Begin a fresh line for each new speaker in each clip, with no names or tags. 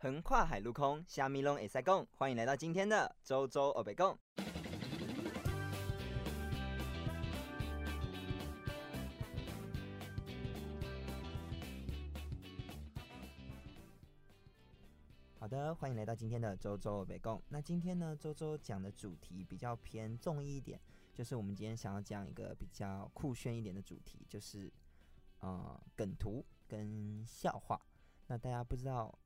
横跨海陆空，虾米龙也塞共。欢迎来到今天的周周欧北共。好的，欢迎来到今天的周周欧北共。那今天呢，周周讲的主题比较偏综艺一点，就是我们今天想要讲一个比较酷炫一点的主题，就是呃梗图跟笑话。那大家不知道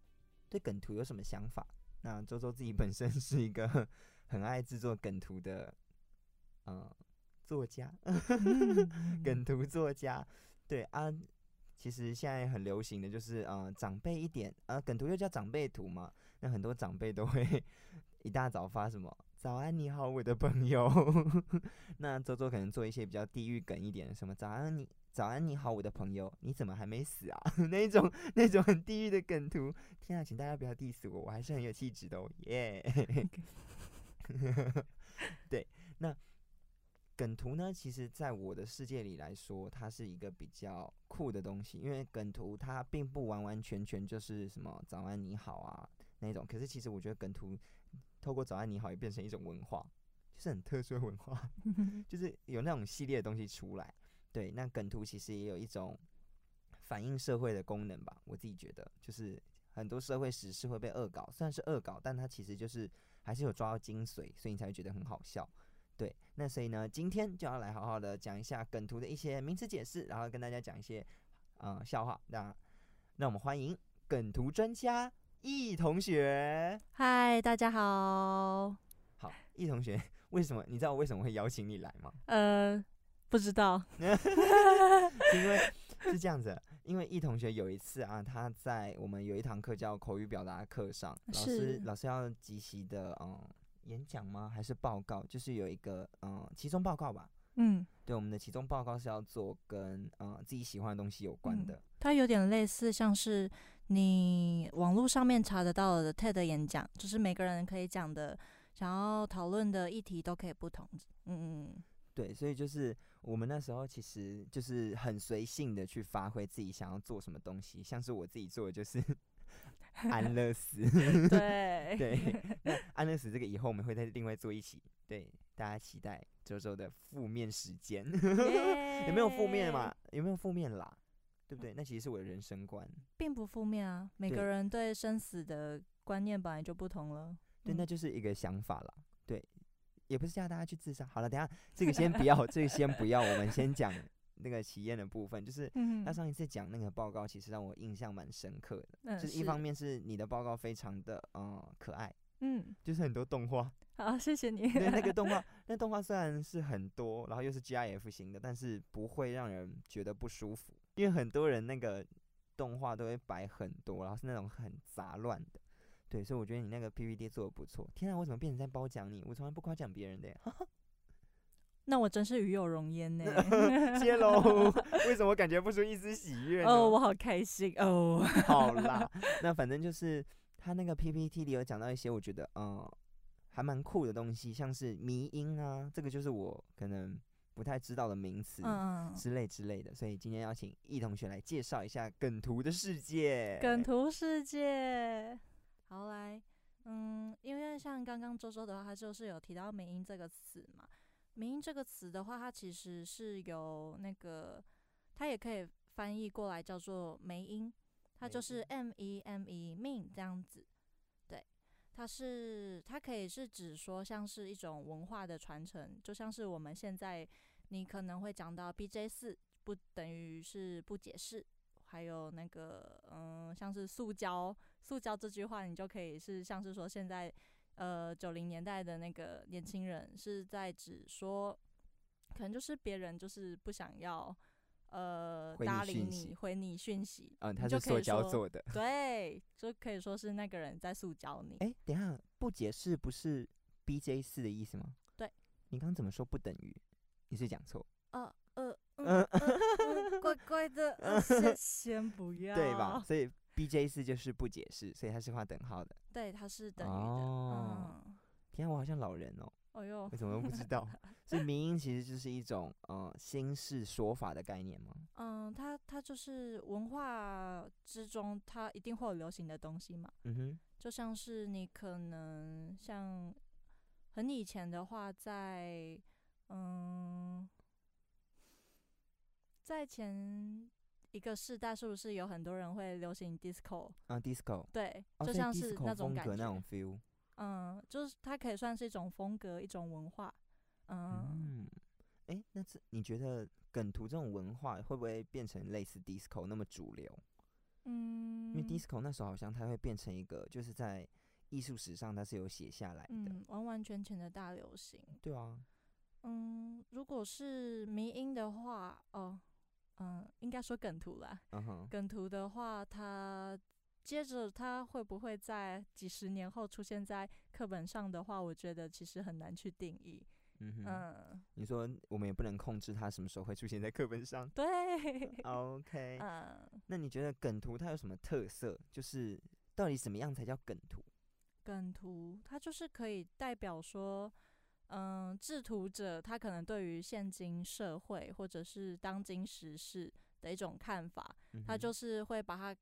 对梗图有什么想法？那周周自己本身 是一个很爱制作梗图的，呃，作家，梗图作家。对啊，其实现在很流行的就是，呃，长辈一点，呃，梗图又叫长辈图嘛。那很多长辈都会 一大早发什么“早安，你好，我的朋友” 那周周可能做一些比较地域梗一点，什么“早安你”。早安，你好，我的朋友，你怎么还没死啊？ 那一种那种很地狱的梗图，天啊，请大家不要 diss 我，我还是很有气质的哦，耶、 对，那梗图呢，其实在我的世界里来说，它是一个比较酷的东西，因为梗图它并不完完全全就是什么“早安你好啊”那种，可是其实我觉得梗图透过“早安你好”也变成一种文化，就是很特殊的文化。就是有那种系列的东西出来。对，那梗图其实也有一种反映社会的功能吧，我自己觉得，就是很多社会时事会被恶搞，虽然是恶搞，但它其实就是还是有抓到精髓，所以你才会觉得很好笑。对，那所以呢，今天就要来好好的讲一下梗图的一些名词解释，然后跟大家讲一些呃笑话。那那我们欢迎梗图专家易同学。
嗨，大家好。
好，易同学，为什么你知道我为什么会邀请你来吗？
呃，不知道，
是因为是这样子，因为易同学有一次啊，他在我们有一堂课叫口语表达课上，老师
是
老师要即席的嗯演讲吗？还是报告？就是有一个嗯期中报告吧。
嗯，
对，我们的期中报告是要做跟嗯自己喜欢的东西有关
嗯
的。
它有点类似像是你网络上面查得到的 TED 演讲，就是每个人可以讲的、想要讨论的议题都可以不同。嗯嗯
对，所以就是我们那时候其实就是很随性的去发挥自己想要做什么东西，像是我自己做的就是 安乐死。
嗯，对，
对，那安乐死这个以后我们会再另外做一期，对，大家期待周周的负面时间， 有没有负面嘛？？有没有负面啦？对不对？那其实是我的人生观，
并不负面啊，每
对
个人对生死的观念本来就不同了。
对，那
嗯
就是一个想法啦，对，也不是叫大家去自杀。好了，等一下这个先不要，这个先不要，我们先讲那个体验的部分，就是。
嗯
他上一次讲那个报告，其实让我印象蛮深刻的，
嗯
就是一方面是你的报告非常的嗯、呃可爱，
嗯，
就是很多动画，
好，谢谢你。
对，那 个动画，那动画虽然是很多，然后又是 GIF 型的，但是不会让人觉得不舒服，因为很多人那个动画都会摆很多，然后是那种很杂乱的。对，所以我觉得你那个 PPT 做的不错。天啊，我怎么变成在褒奖你？我从来不夸奖别人的 耶。
那我真是与有荣焉 呢。
接喽，为什么我感觉不出一丝喜悦呢？
哦，我好开心哦。
好啦，那反正就是他那个 PPT 里有讲到一些我觉得嗯、呃还蛮酷的东西，像是迷音啊，这个就是我可能不太知道的名词。
嗯，嗯
之类之类的，所以今天邀请易同学来介绍一下梗图的世界。
梗图世界，好来，嗯，因为像刚刚周周的话，他就是有提到“民音”这个词嘛。民音这个词的话，它其实是由那个，它也可以翻译过来叫做梅音，它就
梅
是
音
M E M E 命这样子。对，它是它可以是指说像是一种文化的传承，就像是我们现在你可能会讲到 B J 四，不等于是不解释。还有那个，嗯，像是塑胶，塑胶这句话，你就可以是像是说现在，呃，九零年代的那个年轻人是在指说，可能就是别人就是不想要，呃，
回你
搭理
讯息
你，回你讯息，
嗯，
你
它
就是可
塑
以
胶
说，
做的。
对，就可以说是那个人在塑胶你。
哎、等一下，不解释不是 B J 四的意思吗？
对，
你刚刚怎么说不等于？你是讲错，
呃呃嗯 呃嗯，乖乖的，呃先先不要，
对 吧？？所以 B J 四就是不解释，所以它是画等号的。
对，它是等于的，
哦
嗯。
天啊，我好像老人哦。
哦哟
我，怎么都不知 道？所以民音其实就是一种呃新式说法的概念吗？
嗯，它它就是文化之中，它一定会有流行的东西嘛。
嗯哼，
就像是你可能像很以前的话在，嗯，在前一个世代，是不是有很多人会流行 disco？
啊，disco，
对，
哦，
就
所以
像是
disco
那种
风
感
格
觉，
那种 feel。
嗯，就是它可以算是一种风格，一种文化，嗯，
嗯，哎、那这你觉得梗图这种文化会不会变成类似 disco 那么主流？因
嗯
为 disco 那时候好像它会变成一个，就是在艺术史上它是有写下来的。
嗯，完完全全的大流行。
对啊，
嗯，如果是迷音的话，哦，嗯，应该说梗图啦。
嗯哼，
梗图的话，它接着它会不会在几十年后出现在课本上的话，我觉得其实很难去定义。
嗯哼，
嗯，
你说我们也不能控制它什么时候会出现在课本 上。
对，
OK，、
嗯，
那你觉得梗图它有什么特色？就是到底怎么样才叫梗图？
梗图它就是可以代表说，嗯，制图者他可能对于现今社会或者是当今时事的一种看法，
嗯
他
哼
就是会把它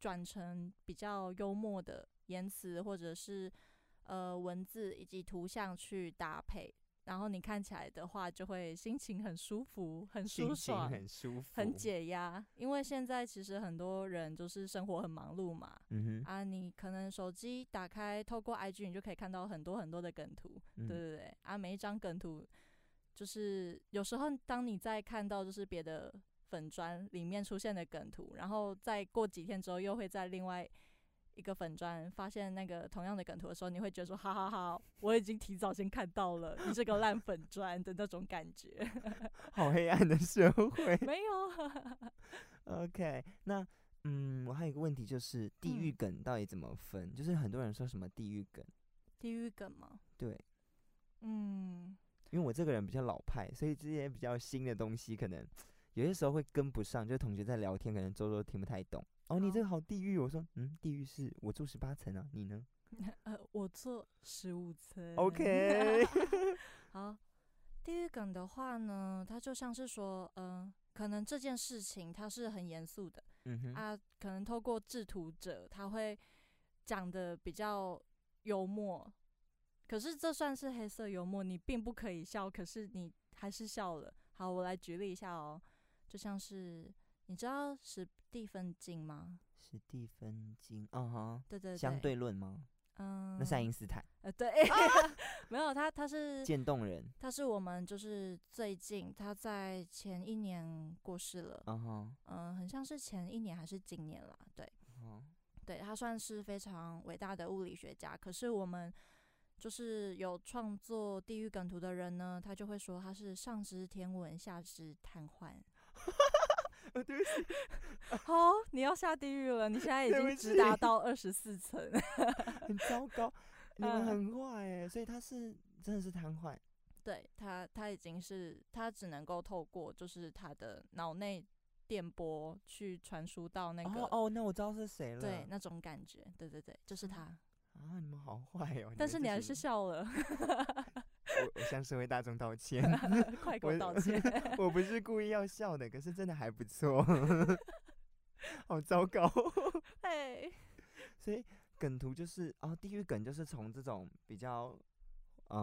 转成比较幽默的言辞，或者是呃文字以及图像去搭配，然后你看起来的话就会心情很舒服、很舒
心情
爽、
很舒服，
很。解压。因为现在其实很多人就是生活很忙碌嘛，
嗯哼，
啊，你可能手机打开，透过 IG 你就可以看到很多很多的梗图，
嗯
对对对，啊，每一张梗图，就是有时候当你在看到就是别的粉砖里面出现的梗图，然后再过几天之后又会在另外一个粉砖发现那个同样的梗图的时候，你会觉得说，哈哈哈，我已经提早先看到了，你这个烂粉砖的那种感觉，
好黑暗的社会。
没有，
OK，那嗯，我还有一个问题就是地狱
嗯
梗到底怎么分？就是很多人说什么地狱梗，
地狱梗吗？
对，
嗯，
因为我这个人比较老派，所以这些比较新的东西可能有些时候会跟不上，就是同学在聊天，可能周周听不太懂。哦，你这
哦
个好地狱！我说，嗯，地狱是我住十八层啊，你呢
呃，我做十五层。
？OK，
好，地狱梗的话呢，它就像是说，嗯、可能这件事情它是很严肃的，
嗯哼，
啊，可能透过制图者他会讲的比较幽默，可是这算是黑色幽默，你并不可以笑，可是你还是笑了。好，我来举例一下哦，就像是你知道史蒂芬金吗？
史蒂芬金，嗯哼，
对对对，
相对，论吗？
嗯，
那是爱因斯啊坦，
呃，对， 没有，他他是
渐冻人，
他是我们就是最近他在前一年过世了，
嗯 哼，
嗯、很像是前一年还是今年啦，对
嗯哼
对，他算是非常伟大的物理学家。可是我们就是有创作地狱梗图的人呢，他就会说他是上知天文，下知瘫痪。
呃对不起，
好、你要下地狱了，你现在已
对不
经直
起
达到二十四层。
很糟 糕，你们
嗯
很坏哎，所以他是真的是瘫痪，
对他，他已经是他只能够透过就是他的脑内电波去传输到那个
哦哦，那我知道是谁了，
对，那种感觉，对对对，就是
啊嗯
他。
啊，你们好坏哦，
但是
们
你
自
还
己
是笑 了，
我我向社会大众道歉，
快给我
我
道 歉。
我不是故意要笑的，可是真的还不错， 好糟糕。
嘿，
所以梗图就是啊、地狱梗就是从这种比较嗯、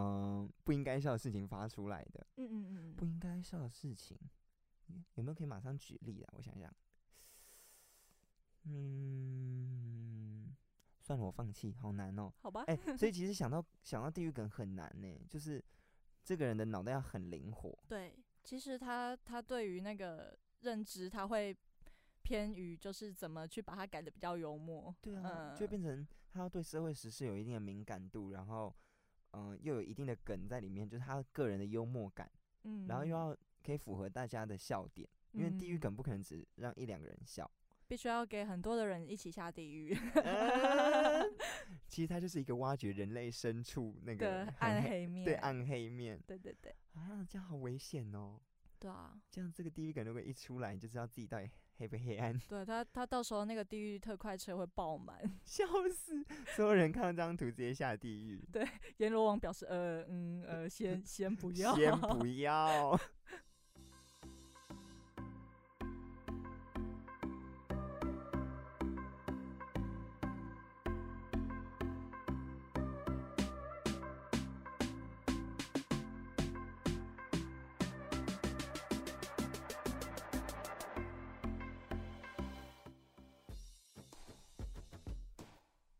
呃不应该笑的事情发出来的，
嗯嗯嗯
不
嗯，
应该笑的事情嗯有没有可以马上举例啊？我想想，嗯，算了，我放弃，好难哦。
好吧，
哎、所以其实想到想到地狱梗很难呢，就是这个人的脑袋要很灵活。
对，其实他他对于那个认知，他会偏于就是怎么去把它改的比较幽默。
对
嗯
啊，就会变成他要对社会时事有一定的敏感度，然后嗯、呃又有一定的梗在里面，就是他个人的幽默感，
嗯，
然后又要可以符合大家的笑点，因为地狱
嗯
梗不可能只让一两个人笑。
必须要给很多的人一起下地狱
嗯其实它就是一个挖掘人类深处那个
的
很
暗
黑
黑面。
对暗黑面
对对对
啊，这样好危险哦。
对啊，
这样这个地狱梗如果一出来，你就知道自己到底黑不黑暗，
对他他到时候那个地狱特快车会爆满。
笑死！所有人看到这张图直接下地狱，
阎罗王表示，呃嗯呃，先先不要，
先不要。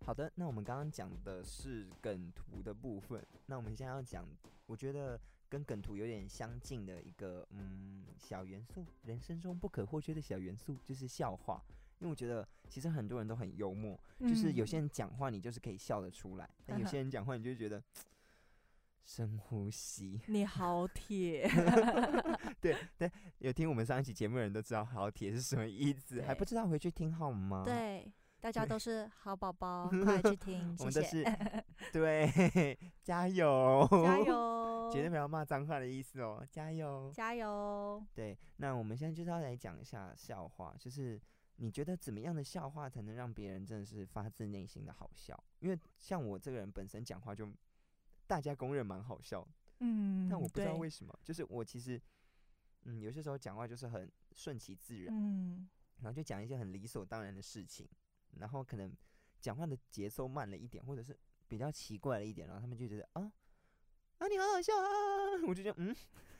好的，那我们刚刚讲的是梗图的部分，那我们现在要讲，我觉得跟梗图有点相近的一个嗯小元素，人生中不可或缺的小元素就是笑话。因为我觉得其实很多人都很幽默，就是
嗯
有些人讲话你就是可以笑得出来，但有些人讲话你就会觉得深呼吸。
嗯你 好铁，
对，但有听我们上一期节目的人都知道“好铁”是什么意思，还
对
不知道回去听好吗？，
对，大家
对
都是好宝宝，快去听，
我
谢
们都
谢，
是 对， 加油，
加，油，
绝对没有骂脏话的意思哦，加油。
加油，
对，那我们现在就是要来讲一下笑话，就是你觉得怎么样的笑话才能让别人真的是发自内心的好笑？因为像我这个人本身讲话就大家公认蛮好笑，
嗯，
但我不知道
对
为什么，就是我其实嗯有些时候讲话就是很顺其自然，
嗯，
然后就讲一些很理所当然的事情，然后可能讲话的节奏慢了一点，或者是比较奇怪了一点，然后他们就觉得啊啊 你好好笑啊，我就觉得嗯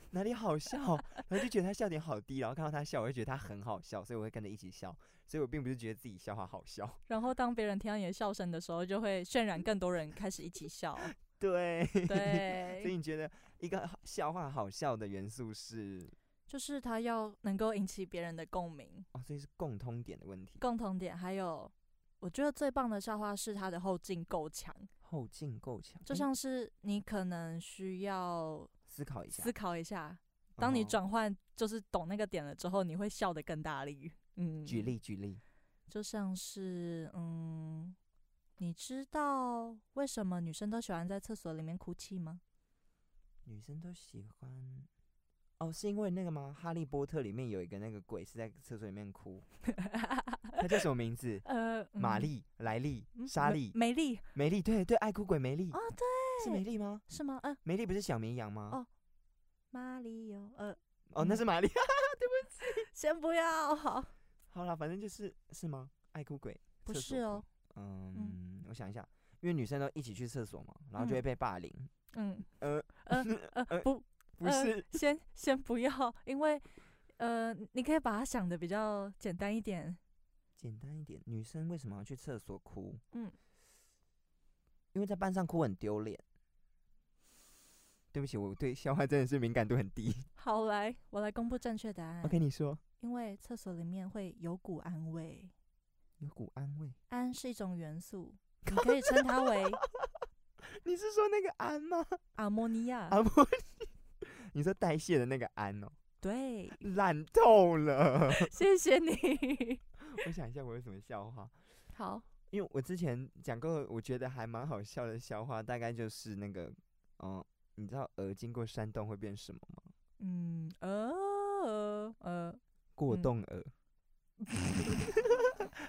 哪里好笑， 然后就觉得他笑点好低，然后看到他笑，我就觉得他很好笑，所以我会跟着一起笑，所以我并不是觉得自己笑话好笑，
然后当别人听到你的笑声的时候，就会渲染更多人开始一起笑，
对，所
对，
以你觉得一个好笑话好笑的元素是
就是他要能够引起别人的共鸣。
哦，所以是共通点的问题，
共同点还有，我觉得最棒的笑话是它的后劲够强，
后劲够强，
就
诶
像是你可能需要
思考一下
思，考一下，当你
嗯哼
转换就是懂那个点了之后，你会笑得更大力。嗯，
举，例举例，
就像是嗯，你知道为什么女生都喜欢在厕所里面哭泣 吗？？
女生都喜欢。哦，是因为那个吗？《哈利波特》里面有一个那个鬼是在厕所里面哭，他叫什么名字
呃，
玛
嗯
丽、莱利、
嗯
莎
美
莉、
美丽
梅丽，对对，爱哭鬼梅丽
哦，对，
是梅丽吗？
是吗？嗯、
梅丽不是小绵羊吗？
哦玛丽有呃，
哦，那
嗯
是玛丽。
先不要，好，
好啦，反正就是是吗？爱哭鬼
不
厕所
是哦
哭，嗯，我想一下，因为女生都一起去厕所嘛，然后就
嗯
会被霸凌。
嗯
呃
呃呃，不，
不是，
呃、先先不要，因为呃，你可以把它想的比较简单一点。
简单一点，女生为什么要去厕所哭？
嗯，
因为在班上哭很丢脸。对不起，我对笑话真的是敏感度很低。
好，来，我来公布正确答案。
OK，你说
因为厕所里面会有股氨味，
有股安慰，
氨是一种元素，你可以称它为
你是说那个安吗？
阿莫尼亚。
阿莫，你说代谢的那个安哦，
对，
烂透了。
谢谢你。
我想一下，我有什么笑话？
好，
因为我之前讲过，我觉得还蛮好笑的笑话，大概就是那个，嗯，你知道鹅经过山洞会变什么吗？
嗯，呃呃，
过
嗯
动儿，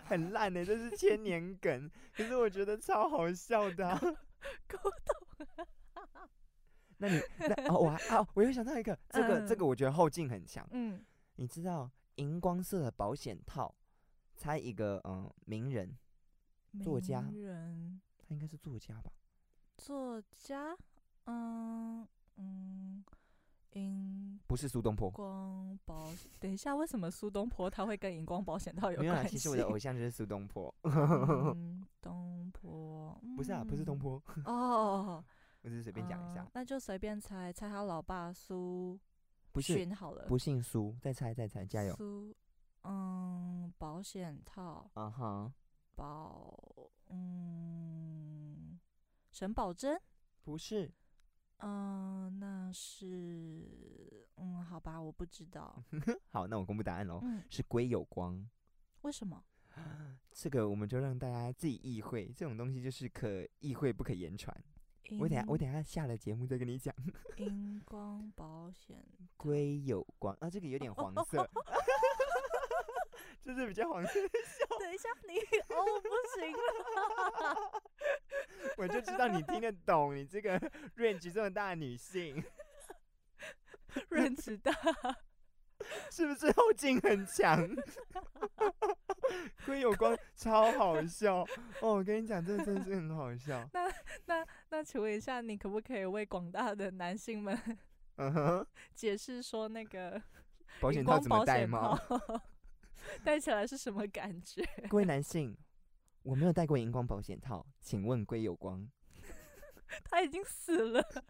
很烂的、这是千年梗，可是我觉得超好笑的啊、
过
那你那哦，我还哦，我又想到一个，这个、这
嗯
个我觉得后劲很强。
嗯，
你知道荧光色的保险套，猜一个嗯名人，作家
名人
他应该是作家吧？
作家，嗯嗯，英
不是苏东坡。
光保，等一下，为什么苏东坡他会跟荧光保险套有
没有啦，
关系？
其实 我的偶像就是苏东 坡，
嗯东坡、
不是啊，不是东
嗯
坡，
哦，
我只是随便讲一下
嗯，那就随便猜猜他老爸苏
不是
洵好了，
不姓苏，再猜再猜，加油！
苏嗯保险套
啊哈，
保嗯沈葆桢
不是，
嗯那是嗯好吧我不知 道
好，那我公布答案喽，
嗯
是归有光。
为什么
这个我们就让大家自己意会，这种东西就是可意会不可言传。我等下
嗯
我等下下了节目再跟你讲。
荧光保 险套
龟有光啊，这个有点黄 色，就是比较黄色。
等一下，你哦，我不行了。
我就知道你听得懂，你这个 range 这么大的女性，
认知到
是不是后劲很强？龟有 光超好笑哦！我跟你讲，这真的是很好笑。
那请问一下，你可不可以为广大的男性们
嗯哼，
解释说那个
保
荧
险套
光
怎么
保
戴
险
吗？
套戴起来是什么感觉？
各位男性，我没有戴过荧光保险套，请问龟有光，
他已经死了，他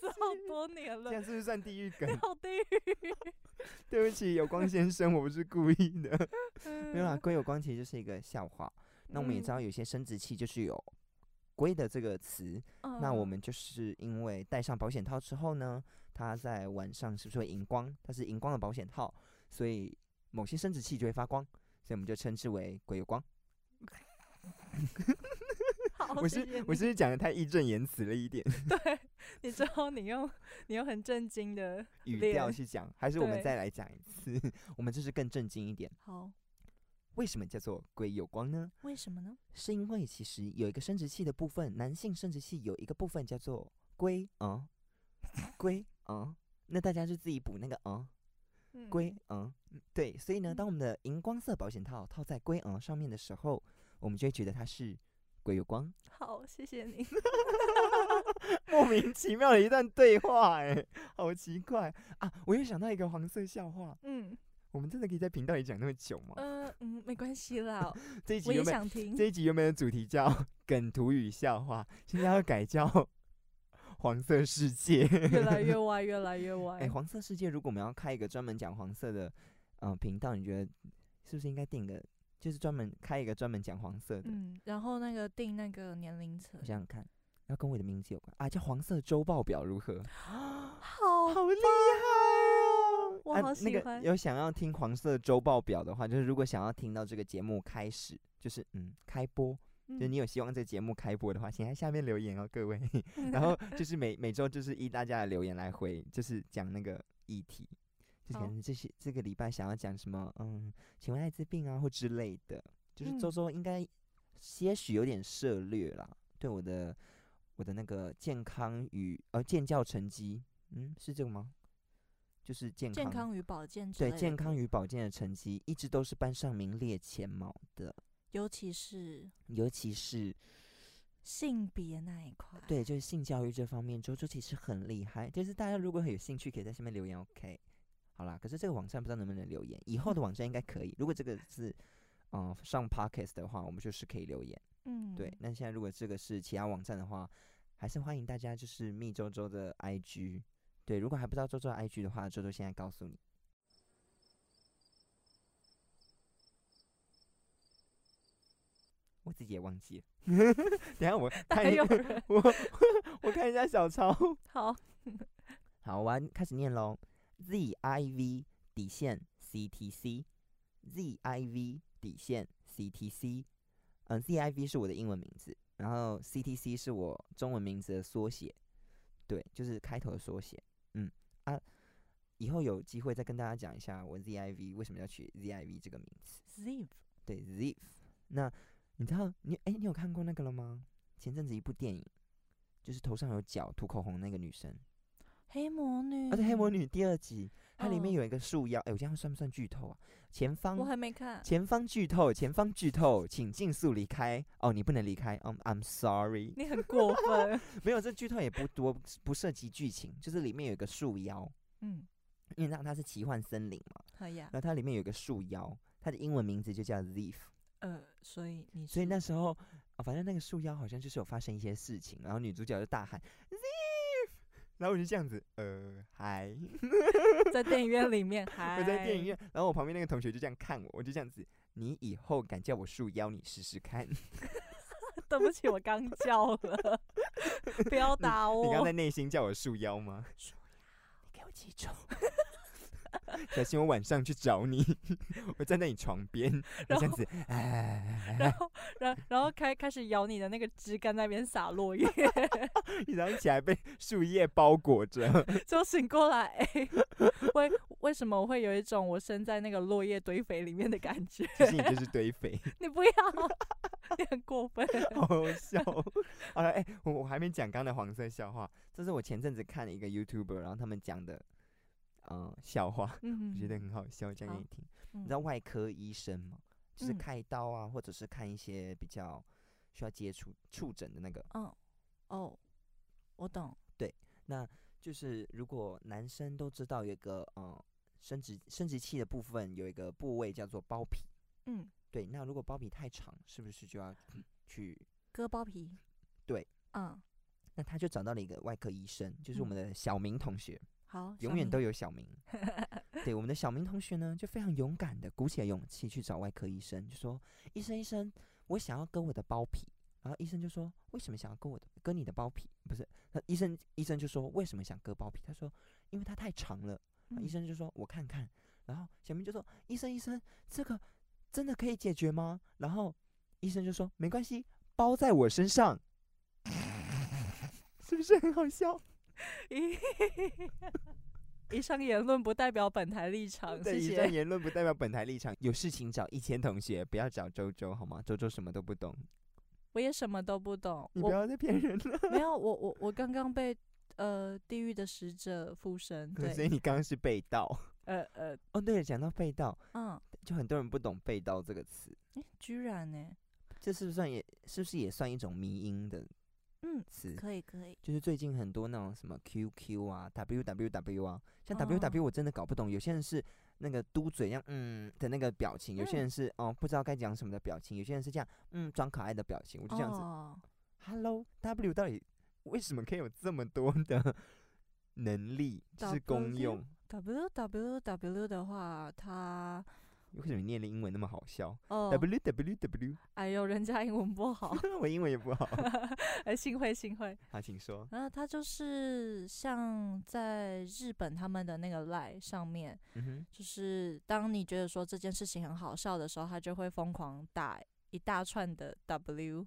死好多年
这
了，
样是不是算地狱梗
你？好地狱。
对不起，有光先生，我不是故意的。 没有啦，
嗯，
龟有光其实就是一个笑话。那我们也知道，有些生殖器就是有“龟”的这个词。
嗯，
那我
嗯
们就是因为戴上保险套之后呢，它在晚上是不是会荧光？它是荧光的保险套，所以某些生殖器就会发光，所以我们就称之为“龟有光
好”。
我
谢
是
谢
我
你
是不是讲的太义正言辞了一点，
对，你之后你用你用很震惊的
语
脸
调去讲，还是我们
对
再来讲一次？ 我们就是更正经一点。
好，
为什么叫做“龟有光”呢？
为什么呢？
是因为其实有一个生殖器的部分，男性生殖器有一个部分叫做龟啊，龟啊，那大家就自己补那个啊，
嗯
龟啊，嗯对，所以呢，当
嗯
我们的荧光色保险套套在龟啊上面的时候，我们就会觉得它是龟有光，
好，谢谢 你。
莫名其妙的一段对话，哎，好奇怪啊！我又想到一个黄色笑话，
嗯
我们真的可以在频道里讲那么久吗？
呃嗯，没关 系啦，
这一集
我也
哦原本
想听
这。一集原本的主题叫“梗图与笑话”，现在要改叫“黄色世界”。
越来越歪，越来越歪。
哎、黄色世界，如果我们要开一个专门讲黄色的嗯频、道，你觉得是不是应该定个，就是专门开一个专门讲黄色的？
嗯，然后那个定那个年龄层
我，想想看，要跟我的名字有关啊，叫黄色周报表如何？
好
好厉害哦！
我
啊
好喜
那
欢
个有想要听黄色周报表的话，就是如果想要听到这个节目开始，就是嗯开播，就是
嗯
你有希望这节目开播的话，请在下面留言哦，各位。 然 后就是每每周就是依大家的留言来回，就是讲那个议题，就是可
好
能这些这个礼拜想要讲什么，嗯，请问艾滋病啊或之类的，就是周
嗯
周应该些许有点涉略啦，对我的我的那个健康与呃健教成绩，嗯，是这个吗？就是健康
健康与保健之类
对
的，嗯
健康与保健的成绩一直都是班上名列前茅的，
尤其是
尤其是
性别那一块。，
对，就是性教育这方面，周周其实很厉害。就是大家如果很有兴趣，可以在下面留言。OK，好啦，可是这个网站不知道能不能留言，以后的网站应该可以。如果这个是嗯、呃上 Podcast 的话，我们就是可以留言。
嗯，
对，，那现在如果这个是其他网站的话，还是欢迎大家就是密周周的 IG。对，如果还不知道周周的 IG 的话，周周现在告诉你。我自己也忘记了， 等一下我看
还
一
有人
我我看一下小抄。
好，
好，我要开始念喽。Z I V 底线 C T C Z I V 底线 C T C，嗯，Z I V 是我的英文名字，然后 C T C 是我中文名字的缩写，对，就是开头的缩写。嗯啊，以后有机会再跟大家讲一下我 Z I V 为什么要取 Z I V 这个名字。
Ziv
对，Ziv。那你知道你哎、你有看过那个了吗？前阵子一部电影，就是头上有角涂口红那个女生。
黑魔女，
而哦且《黑魔，女》第二集，它里面
嗯
有一个束腰，哎、我这样算不算剧透啊？前
我
方
还没看。
前方剧透，前方剧透，请尽速离开。哦，你不能离开。嗯、i m sorry，
你很过 分。
没有这剧透也不多，不涉及剧情，就是里面有一个束腰，
嗯，
因为那它是奇幻森林嘛，
好呀
然。后它里面有一个束腰，它的英文名字就叫 Leaf，
呃，所以你
所以
是
那时候。哦、反正那个束腰好像就是有发生一些事情，然后女主角就大喊 “Leaf”，然后我就这样子，呃，嗨，
在电影院里面 还
我在电影院，然后我旁边那个同学就这样看我，我就这样子，你以后敢叫我束腰，你试试看。 你
对不起，我刚叫了，不要打
刚
我
在。内心叫我束腰吗？
束
你给我记住。 小心我晚上去找你， 我站在你床边，我
然
这样
后
子，哎，
然后，然然后开开始咬你的那个枝干那边撒落叶，
一早上哎起来被树叶包裹着，
就醒过来、 为为什么我会有一种我身在那个落叶堆肥里面的感觉？
其实你就是堆肥，
你不要，你很过分。
好好笑哦。好了，哎、我我还没讲刚刚的黄色笑话，这是我前阵子看了一个 YouTuber，然后他们讲的，嗯、笑话，
嗯，
我觉得很好笑，讲给你听。
你
你知道外科医生吗？就是
嗯
开刀啊，或者是看一些比较需要接触触诊的那个。
嗯，哦，我懂。
就是如果男生都知道有一个呃生殖生殖器的部分有一个部位叫做包皮，
嗯，
对，那如果包皮太长，是不是就要 嗯去？
割包皮。
对。
嗯，
那他就找到了一个外科医生，就是我
嗯
们的小明同学，
好。
永远
小明
都有小明。对，我们的小明同学呢，就非常勇敢的鼓起了勇气去找外科医生，就说：“医生，医生，我想要割我的包皮。”然后医生就说：“为什么想要割我的割你的包皮？不是？”那医生医生就说：“为什么想割包皮？”他说：“因为它太长了。” 然后啊医
嗯
生就说：“我看看。”然后小明就说：“医生，医生，这个真的可以解决吗？”然后医生就说：“没关系，包在我身上。” 是不是很好笑？
以上言论不代表本台 立场，
对，
谢
以上
谢。
言论不代表本台立场。有事情找一千同学，不要找周周好吗？周周什么都不懂，
我也什么都不懂，
你不
我
要再骗人了。
没有，我我我刚刚被呃地狱的使者附 身，
所以
对，
你刚刚是被盗。
呃呃，
哦，对了，讲到被盗，
嗯，
就很多人不懂“被盗”这个词，
诶居然呢、
这是不是算也是不是也算一种迷音的
嗯，
词？
可以可以，
就是最近很多那种什么 QQ 啊、WWW 啊，像
哦
WW 我真的搞不懂，有些人是那个嘟嘴样嗯的那个表情，有些
嗯
人是哦不知道该讲什么的表情，有些人是这样嗯装可爱的表情，我就这样子。
哦，
Hello W 到底为什么可以有这么多的能力，就是公
W
用？
W W W 的话，它
为什么念的英文那么好笑、
哦，
w W W，
哎呦，人家英文不好，
我英文也不 好。
哎，幸会幸会。
好，请说。
然后它就是像在日本他们的那个 Line 上面，
嗯哼，
就是当你觉得说这件事情很好笑的时候，它就会疯狂打一大串的 W，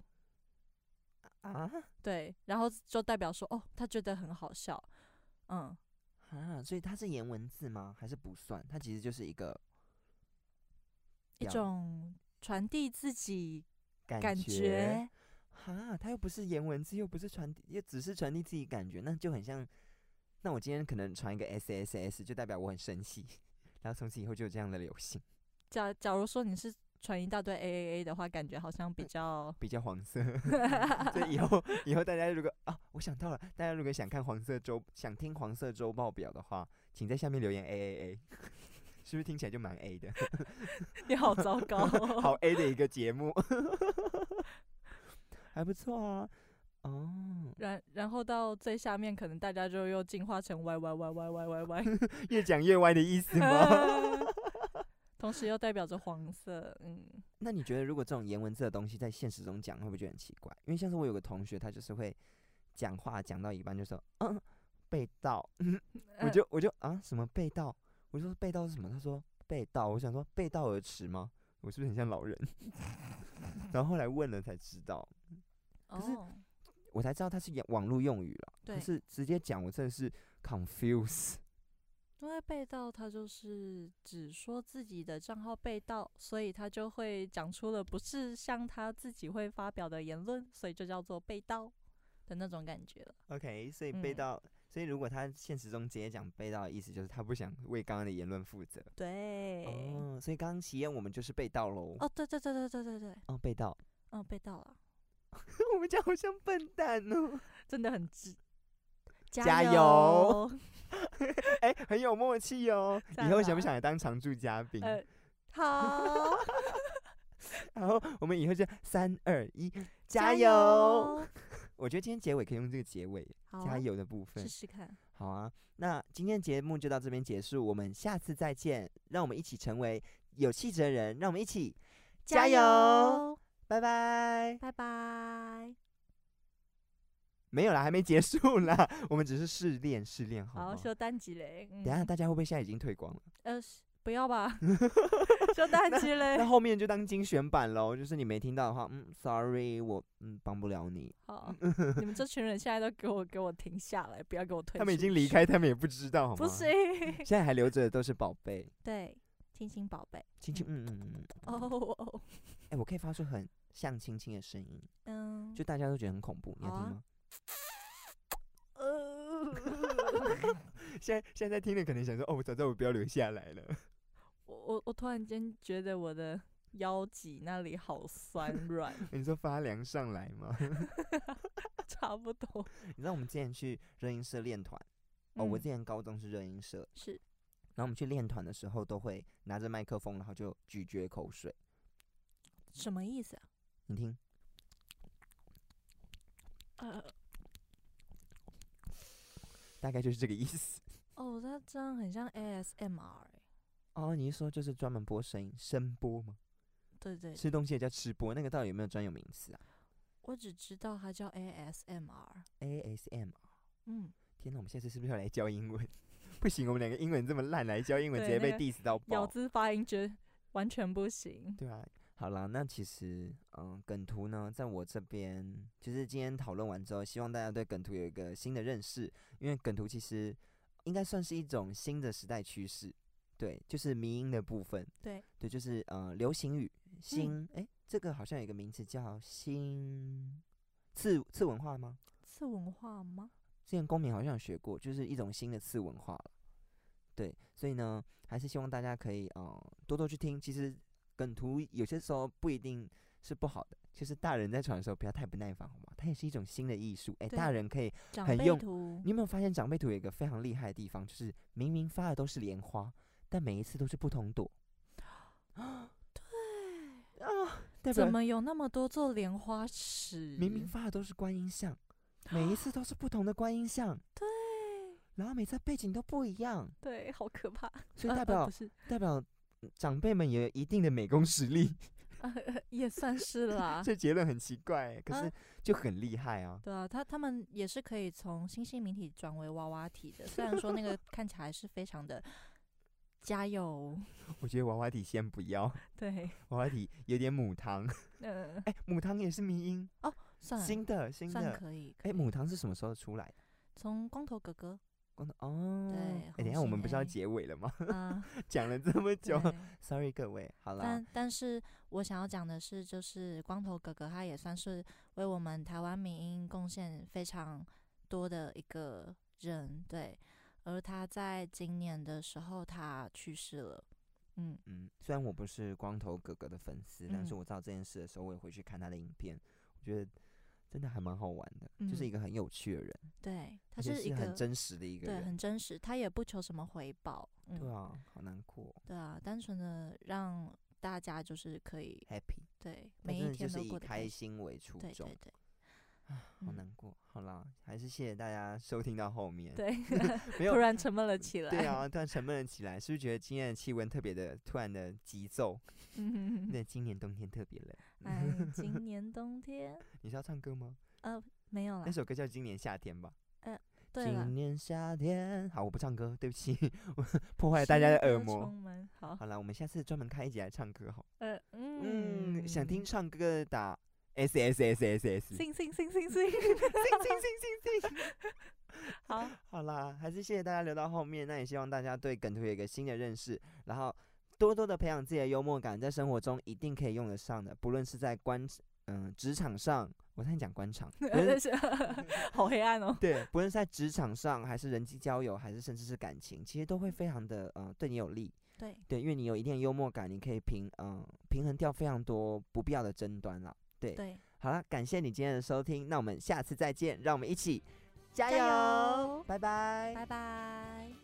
啊
对，然后就代表说哦，他觉得很好笑，嗯，
啊，所以它是颜文字吗？还是不算？它其实就是一个
一
表
种传递自己
感
感觉，
哈，它又不是颜文字，又不是传递，又只是传递自己感觉，那就很像。那我今天可能传一个 S S S，就代表我很生气，然后从此以后就有这样的流行，
假假如说你是传一大堆 A A A 的话，感觉好像比 较
比较黄色。 所以以后以后大家如果啊，我想到了，大家如果想看黄色周，想听黄色周报表的话，请在下面留言 A A A，是不是听起来就蛮 A 的？
你好糟糕哦，
好 A 的一个节目， 还不错啊。哦，
然然后到最下面，可能大家就又进化成 Y Y Y Y Y Y Y，
越讲越歪的意思 吗？
同时又代表着黄色，嗯，
那你觉得如果这种颜文字的东西在现实中讲，会不会觉得很奇怪？因为像是我有个同学，他就是会讲话讲到一半就说，嗯，被盗，我
呃
就我就啊什么被盗，我就说被盗是什么？他说被盗，我想说背道而驰吗？我是不是很像老人？ 然后后来问了才知道，可是
哦，
我才知道它是网络用语了。
对
可是直接讲我真的是 confuse。
因为被盗，他就是只说自己的账号被盗，所以他就会讲出了不是像他自己会发表的言论，所以就叫做被盗的那种感觉了。
OK，所以被
嗯
盗，所以如果他现实中直接讲被盗的意思，就是他不想为刚刚的言论负责。
对，哦，
哦，所以刚刚体验我们就是被盗喽。
对对对对对对对，
哦，被盗，
嗯，被盗了，
我们讲好像笨蛋哦。
真的很值，
加油
油！
哎、很有默契哦。
赞
以后想不
啦
想来当常驻嘉宾？
呃， 好。
然后我们以后就三二一，嗯加油！！哦我觉得今天结尾可以用这个结尾，
好
加
啊，
油的部分
试。试看。
好啊，那今天节目就到这边结束，我们下次再见。让我们一起成为有气质的人，让我们一起加油，，拜拜。
拜拜。
没有啦，还没结束啦，我们只是试炼试炼好
好，
吗？
修单集嘞。嗯
等一下大家会不会现在已经退光了？
呃，是不 要吧，修单集
那
嘞。
后面就当精选版喽，就是你没听到的话，嗯，sorry，我嗯帮不了你。
好，你们这群人现在都给我给我停下来，不要给我退。
他们已经离，开，他们也不知道，好吗？
不行。
现在还留着的都是宝贝，
对，亲亲宝贝。
亲亲，嗯嗯嗯嗯。
哦哦哦，
哎、我可以发出很像亲亲的声音，
嗯，
就大家都觉得很恐怖，你要
好
听
啊
吗？
呃，
现在现在听的可能想说，哦，我早知道我不要留下来了。
我我我突然间觉得我的腰脊那里好酸软，
你说发凉上来吗？
差不多。
你知道我们之前去热音社练团，哦，我
嗯
之前高中是热音社，
是
然后我们去练团的时候都会拿着麦克风，然后就咀嚼口水，
什么意思啊？
你听，
呃，
大概就是这个意思。
哦，那这样很像 ASMR 欸。
哦，你是说就是专门播声音声波吗？
对对，
吃东西也叫吃播，那个到底有没有专有名词啊
我只知道它叫 ASMR。
？ASM。
嗯，
天哪，我们下次是不是要来教英文？ 不行，我们两个英文这么烂，来教英文直
对
接被
那个
diss 到爆。
咬字发音觉完全不行。
对啊，好啦，那其实嗯，梗图呢，在我这边，就是今天讨论完之后，希望大家对梗图有一个新的认识，因为梗图其实应该算是一种新的时代趋势。对，就是迷音的部分。
对嗯
对，就是呃，流行语新，哎、这个好像有一个名词叫新次次文化吗？
次文化吗？
之前公民好像有学过，就是一种新的次文化了。对，所以呢，还是希望大家可以呃多多去听。其实梗图有些时候不一定是不好的，就是大人在传的时候不要太不耐烦，好吗？它也是一种新的艺术。哎、
对
大人可以，
长
很
辈
用
图
你有没有发现长辈图有一个非常厉害的地方，就是明明发的都是莲花，但每一次都是不同朵。对啊，代表
怎么有那么多座莲花池？
明明发的都是观音像，每一次都是不同的观音像，
啊对
然后每次背景都不一样。
对，好可怕。
所以
呃
代
呃
表、
不是
代表嗯长辈们也有一定的美工实力，
呃呃也算是 啦。
这结论很奇怪，可
啊
是就很厉害啊。
对啊，他他们也是可以从星星明体转为娃娃体的，虽然说那 个看起来是非常的加油，
我觉得娃娃体先不要，
对，
娃娃体有点母汤，
嗯、
哎、母汤也是迷音，
算了
新的新
嗯算
的，
可以，
哎、母汤是什么时候出来的？
从光头哥哥，
光头哦，
对
哎、等一下
红
我们
心
不是要
A
结尾了吗？
啊，
讲了这么久
对
，sorry 各位，好啦
但，但是我想要讲的是，就是光头哥哥他也算是为我们台湾民音贡献非常多的一个人，对。而他在今年的时候他去世了，嗯，
嗯，虽然我不是光头哥哥的粉丝，但是
嗯
我知道这件事的时候，我也回去看他的影片，我觉得真的还蛮好玩的，就是
嗯
一个很有趣的人，
对，他
而且是
一个
很真实的一个
对
人。
很真实，他也不求什么回报，嗯，
对啊，好难过
对啊，单纯的让大家就是可以
，happy，
对
但
每
真
一
的就
天
是
都
以
过得
开
开心，
心为初
对
衷
对，对
好
嗯
难过。好啦，还是谢谢大家收听到后面。
对，
没有
突然沉闷了起 来，
对，啊，突然沉闷了起来，是不是觉得今天的气温特别的突然的急骤？
嗯，
对，今年冬天特别冷。
哎，今年冬天
你是要唱歌吗？
没有啦
那，首歌叫《今年夏天》吧。
对了
今，年夏天，好，我不唱歌，对不起， 我破坏了大家的
新
耳
歌
膜
充。满好，
好了，我们下次专门开一集来唱歌好。
呃，
嗯，
嗯，
想听唱歌的打 S S S S S。
信信信信信， 好，
好啦，还是谢谢大家留到后面。那也希望大家对梗图有一个新的认识，然后多多的培养自己的幽默感，在生活中一定可以用得上的，不论是在官嗯职场上，我在讲 官场，不
但
是
是好 黑暗哦，
对，不论是在职场上，还是人际交友，还是甚至是感情，其实都会非常的呃对你有利。
对，
对，因为你有一定的幽默感，你可以平嗯、平衡掉非常多不必要的争端啦。对，
对，
好啦，感谢你今天的收听，那我们下次再见，让我们一起加油，
加油
拜拜，
拜拜。